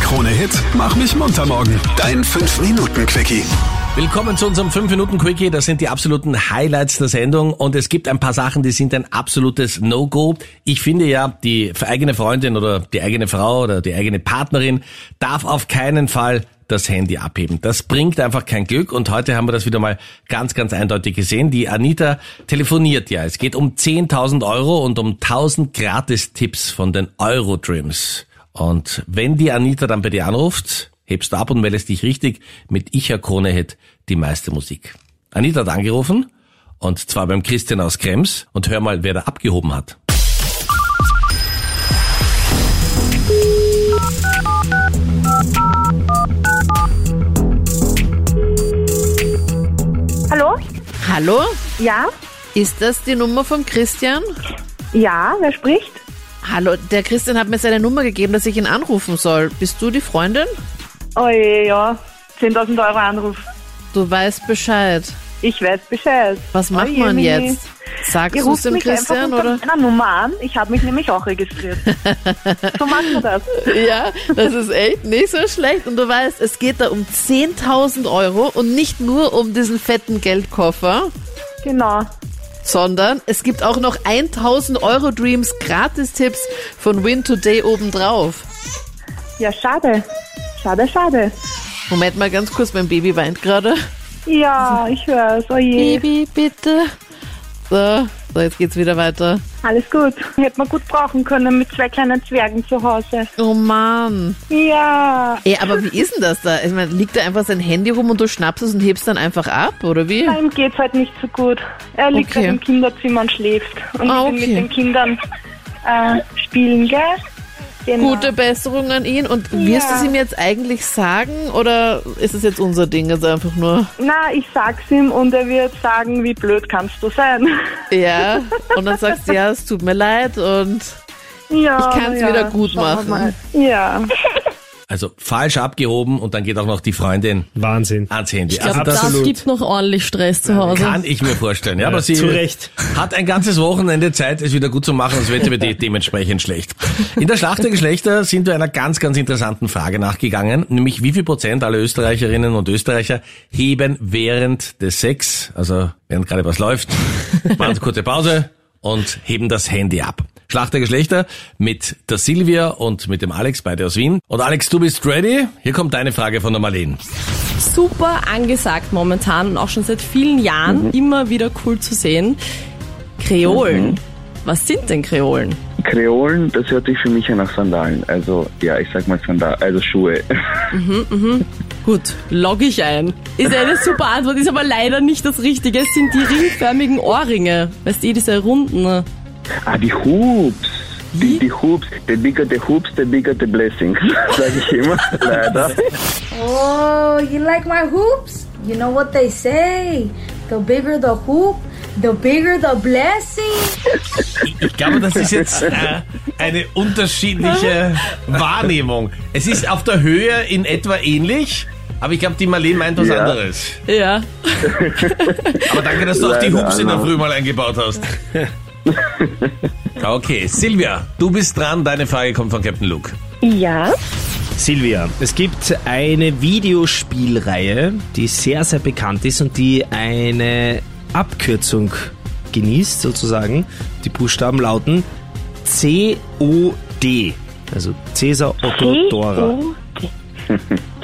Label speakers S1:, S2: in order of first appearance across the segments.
S1: Krone-Hit Mach mich munter morgen. Dein 5-Minuten-Quickie.
S2: Willkommen zu unserem 5-Minuten-Quickie. Das sind die absoluten Highlights der Sendung. Und es gibt ein paar Sachen, die sind ein absolutes No-Go. Ich finde ja, die eigene Freundin oder die eigene Frau oder die eigene Partnerin darf auf keinen Fall das Handy abheben. Das bringt einfach kein Glück. Und heute haben wir das wieder mal ganz, ganz eindeutig gesehen. Die Anita telefoniert ja. Es geht um 10.000 Euro und um 1.000 Gratis-Tipps von den Eurodreams. Und wenn die Anita dann bei dir anruft, hebst du ab und meldest dich richtig mit Icha Kronehead die meiste Musik. Anita hat angerufen und zwar beim Christian aus Krems und hör mal, wer da abgehoben hat.
S3: Hallo?
S4: Hallo,
S3: Ja?
S4: ist das die Nummer vom Christian?
S3: Ja, wer spricht?
S4: Hallo, der Christian hat mir seine Nummer gegeben, dass ich ihn anrufen soll. Bist du die Freundin?
S3: Oh je, ja. 10.000 Euro Anruf.
S4: Du weißt Bescheid.
S3: Ich weiß Bescheid.
S4: Was macht
S3: Oh je,
S4: man
S3: Mini.
S4: jetzt? Sagst
S3: Ihr
S4: du es
S3: ruft
S4: dem
S3: mich
S4: Christian
S3: einfach unter
S4: oder?
S3: meiner Nummer an. Ich habe mich nämlich auch registriert. so macht man das.
S4: Ja, das ist echt nicht so schlecht. Und du weißt, es geht da um 10.000 Euro und nicht nur um diesen fetten Geldkoffer,
S3: Genau.
S4: sondern es gibt auch noch 1.000 Euro Dreams Gratis-Tipps von Win Today obendrauf.
S3: Ja, schade. Schade, schade.
S4: Moment mal ganz kurz, mein Baby weint gerade.
S3: Ja, ich hör's. Oh je.
S4: Baby, bitte. So, so, jetzt geht's wieder weiter.
S3: Alles gut. Hätte man gut brauchen können mit zwei kleinen Zwergen zu Hause.
S4: Oh Mann.
S3: Ja.
S4: Ey, aber wie ist denn das da? Ich meine, liegt da einfach sein Handy rum und du schnappst es und hebst dann einfach ab, oder wie?
S3: Ihm geht's halt nicht so gut. Er liegt
S4: Okay.
S3: halt im Kinderzimmer und schläft. Und
S4: Ah,
S3: ich bin
S4: okay.
S3: mit den Kindern äh, spielen, gell? Genau.
S4: Gute Besserung an ihn. Und wirst du
S3: Ja.
S4: es ihm jetzt eigentlich sagen oder ist es jetzt unser Ding jetzt einfach nur?
S3: Na, ich sag's ihm und er wird sagen, wie blöd kannst du sein.
S4: Ja. Und dann sagst du, ja, es tut mir leid und
S3: ja,
S4: Ich kann's
S3: na ja,
S4: wieder gut
S3: schauen wir
S4: machen.
S3: mal. Ja.
S2: Also falsch abgehoben und dann geht auch noch die Freundin
S5: Wahnsinn.
S2: ans Handy.
S6: Ich glaube,
S2: also das
S6: das,
S5: absolut.
S6: gibt noch ordentlich Stress zu Hause.
S2: kann ich mir vorstellen. Ja, aber sie
S5: zu Recht.
S2: hat ein ganzes Wochenende Zeit, es wieder gut zu machen. Das Wetter wird de- dementsprechend schlecht. In der Schlacht der Geschlechter sind wir einer ganz, ganz interessanten Frage nachgegangen, nämlich wie viel Prozent aller Österreicherinnen und Österreicher heben während des Sex, also während gerade was läuft, machen eine kurze Pause und heben das Handy ab. Schlacht der Geschlechter mit der Silvia und mit dem Alex, beide aus Wien. Und Alex, du bist ready? Hier kommt deine Frage von der Marlene.
S6: Super angesagt momentan und auch schon seit vielen Jahren
S7: Mhm.
S6: immer wieder cool zu sehen.
S7: Mhm.
S6: Kreolen. Was sind denn Kreolen?
S8: Kreolen, das hört sich für mich ja nach Sandalen. Also, ja, ich sag mal Sandalen, also Schuhe.
S6: Gut, logge ich ein. Ist eine super Antwort, ist aber leider nicht das Richtige. Es sind die ringförmigen Ohrringe. Weißt du, eh, diese runden.
S8: Ah, die Hoops. Die, die Hoops, the bigger the hoops, the bigger the blessings. Sag ich immer, leider.
S9: Oh, you like my hoops? You know what they say. The bigger the hoop, the bigger the blessing.
S2: Ich glaube, das ist jetzt äh, eine unterschiedliche Wahrnehmung. Es ist auf der Höhe in etwa ähnlich, aber ich glaube, die Marlene meint was
S8: Ja.
S2: anderes.
S6: Ja.
S2: Aber danke, dass du auch die
S8: Leider,
S2: Hubs in der
S8: Anna.
S2: Früh mal eingebaut hast. Okay, Silvia, du bist dran. Deine Frage kommt von Captain Luke.
S3: Ja.
S5: Silvia, es gibt eine Videospielreihe, die sehr, sehr bekannt ist und die eine Abkürzung genießt, sozusagen. Die Buchstaben lauten COD. Also Cäsar Otto Dora.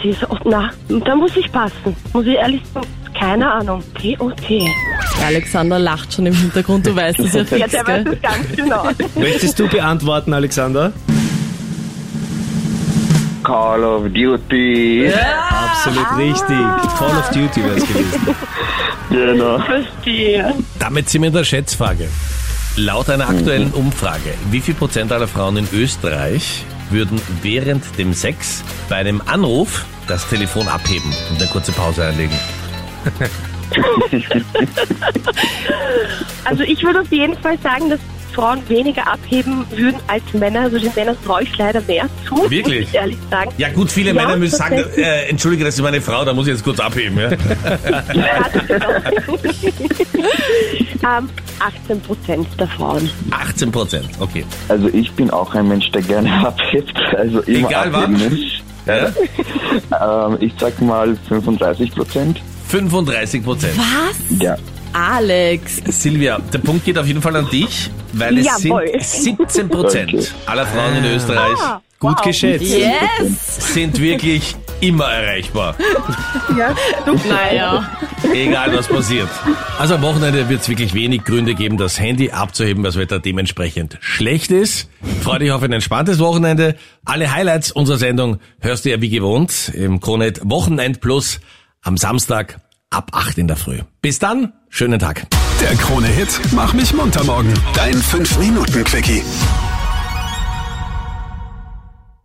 S7: T-O-T. Na, da muss ich passen. Muss ich ehrlich sagen, keine Ahnung. T-O-T.
S6: Alexander lacht schon im Hintergrund, du weißt es ja
S3: Ja,
S6: fix,
S3: der weiß
S6: gell?
S3: es ganz genau.
S5: Möchtest du beantworten, Alexander?
S8: Call of Duty.
S5: Absolut richtig. Call of Duty wäre es gewesen.
S8: Genau.
S7: Verstehe.
S2: Damit sind wir in der Schätzfrage. Laut einer aktuellen
S7: Mhm.
S2: Umfrage, wie viel Prozent aller Frauen in Österreich würden während dem Sex bei einem Anruf das Telefon abheben und eine kurze Pause einlegen?
S7: Also ich würde auf jeden Fall sagen, dass Frauen weniger abheben würden als Männer. Also den Männern traue ich leider mehr zu.
S2: Wirklich?
S7: Muss ich ehrlich sagen.
S2: Ja gut, viele
S7: Ja,
S2: Männer müssen sagen,
S7: tatsächlich.
S2: äh, entschuldige, das ist meine Frau, da muss ich jetzt kurz abheben. Ja?
S7: Ähm, 18 Prozent der Frauen.
S2: 18 Prozent, okay.
S8: Also, ich bin auch ein Mensch, der gerne abhebt. Also, immer
S2: Egal was.
S8: abheben ist.
S2: Ja?
S8: Ähm, ich sag mal 35 Prozent.
S2: 35 Prozent.
S8: Ja.
S6: Alex,
S2: Silvia, der Punkt geht auf jeden Fall an dich, weil es
S7: Jawohl.
S2: sind 17 Prozent
S8: Okay.
S2: aller Frauen in Österreich
S5: Gut geschätzt.
S6: yes!
S2: sind wirklich immer erreichbar,
S6: Naja,
S2: egal was passiert. Also am Wochenende wird es wirklich wenig Gründe geben, das Handy abzuheben, weil das Wetter dementsprechend schlecht ist. Freue dich auf ein entspanntes Wochenende. Alle Highlights unserer Sendung hörst du ja wie gewohnt im Kronet Wochenend Plus am Samstag ab 8 in der Früh. Bis dann, schönen Tag.
S1: Der Krone-Hit Mach mich munter morgen. Dein 5-Minuten-Quickie.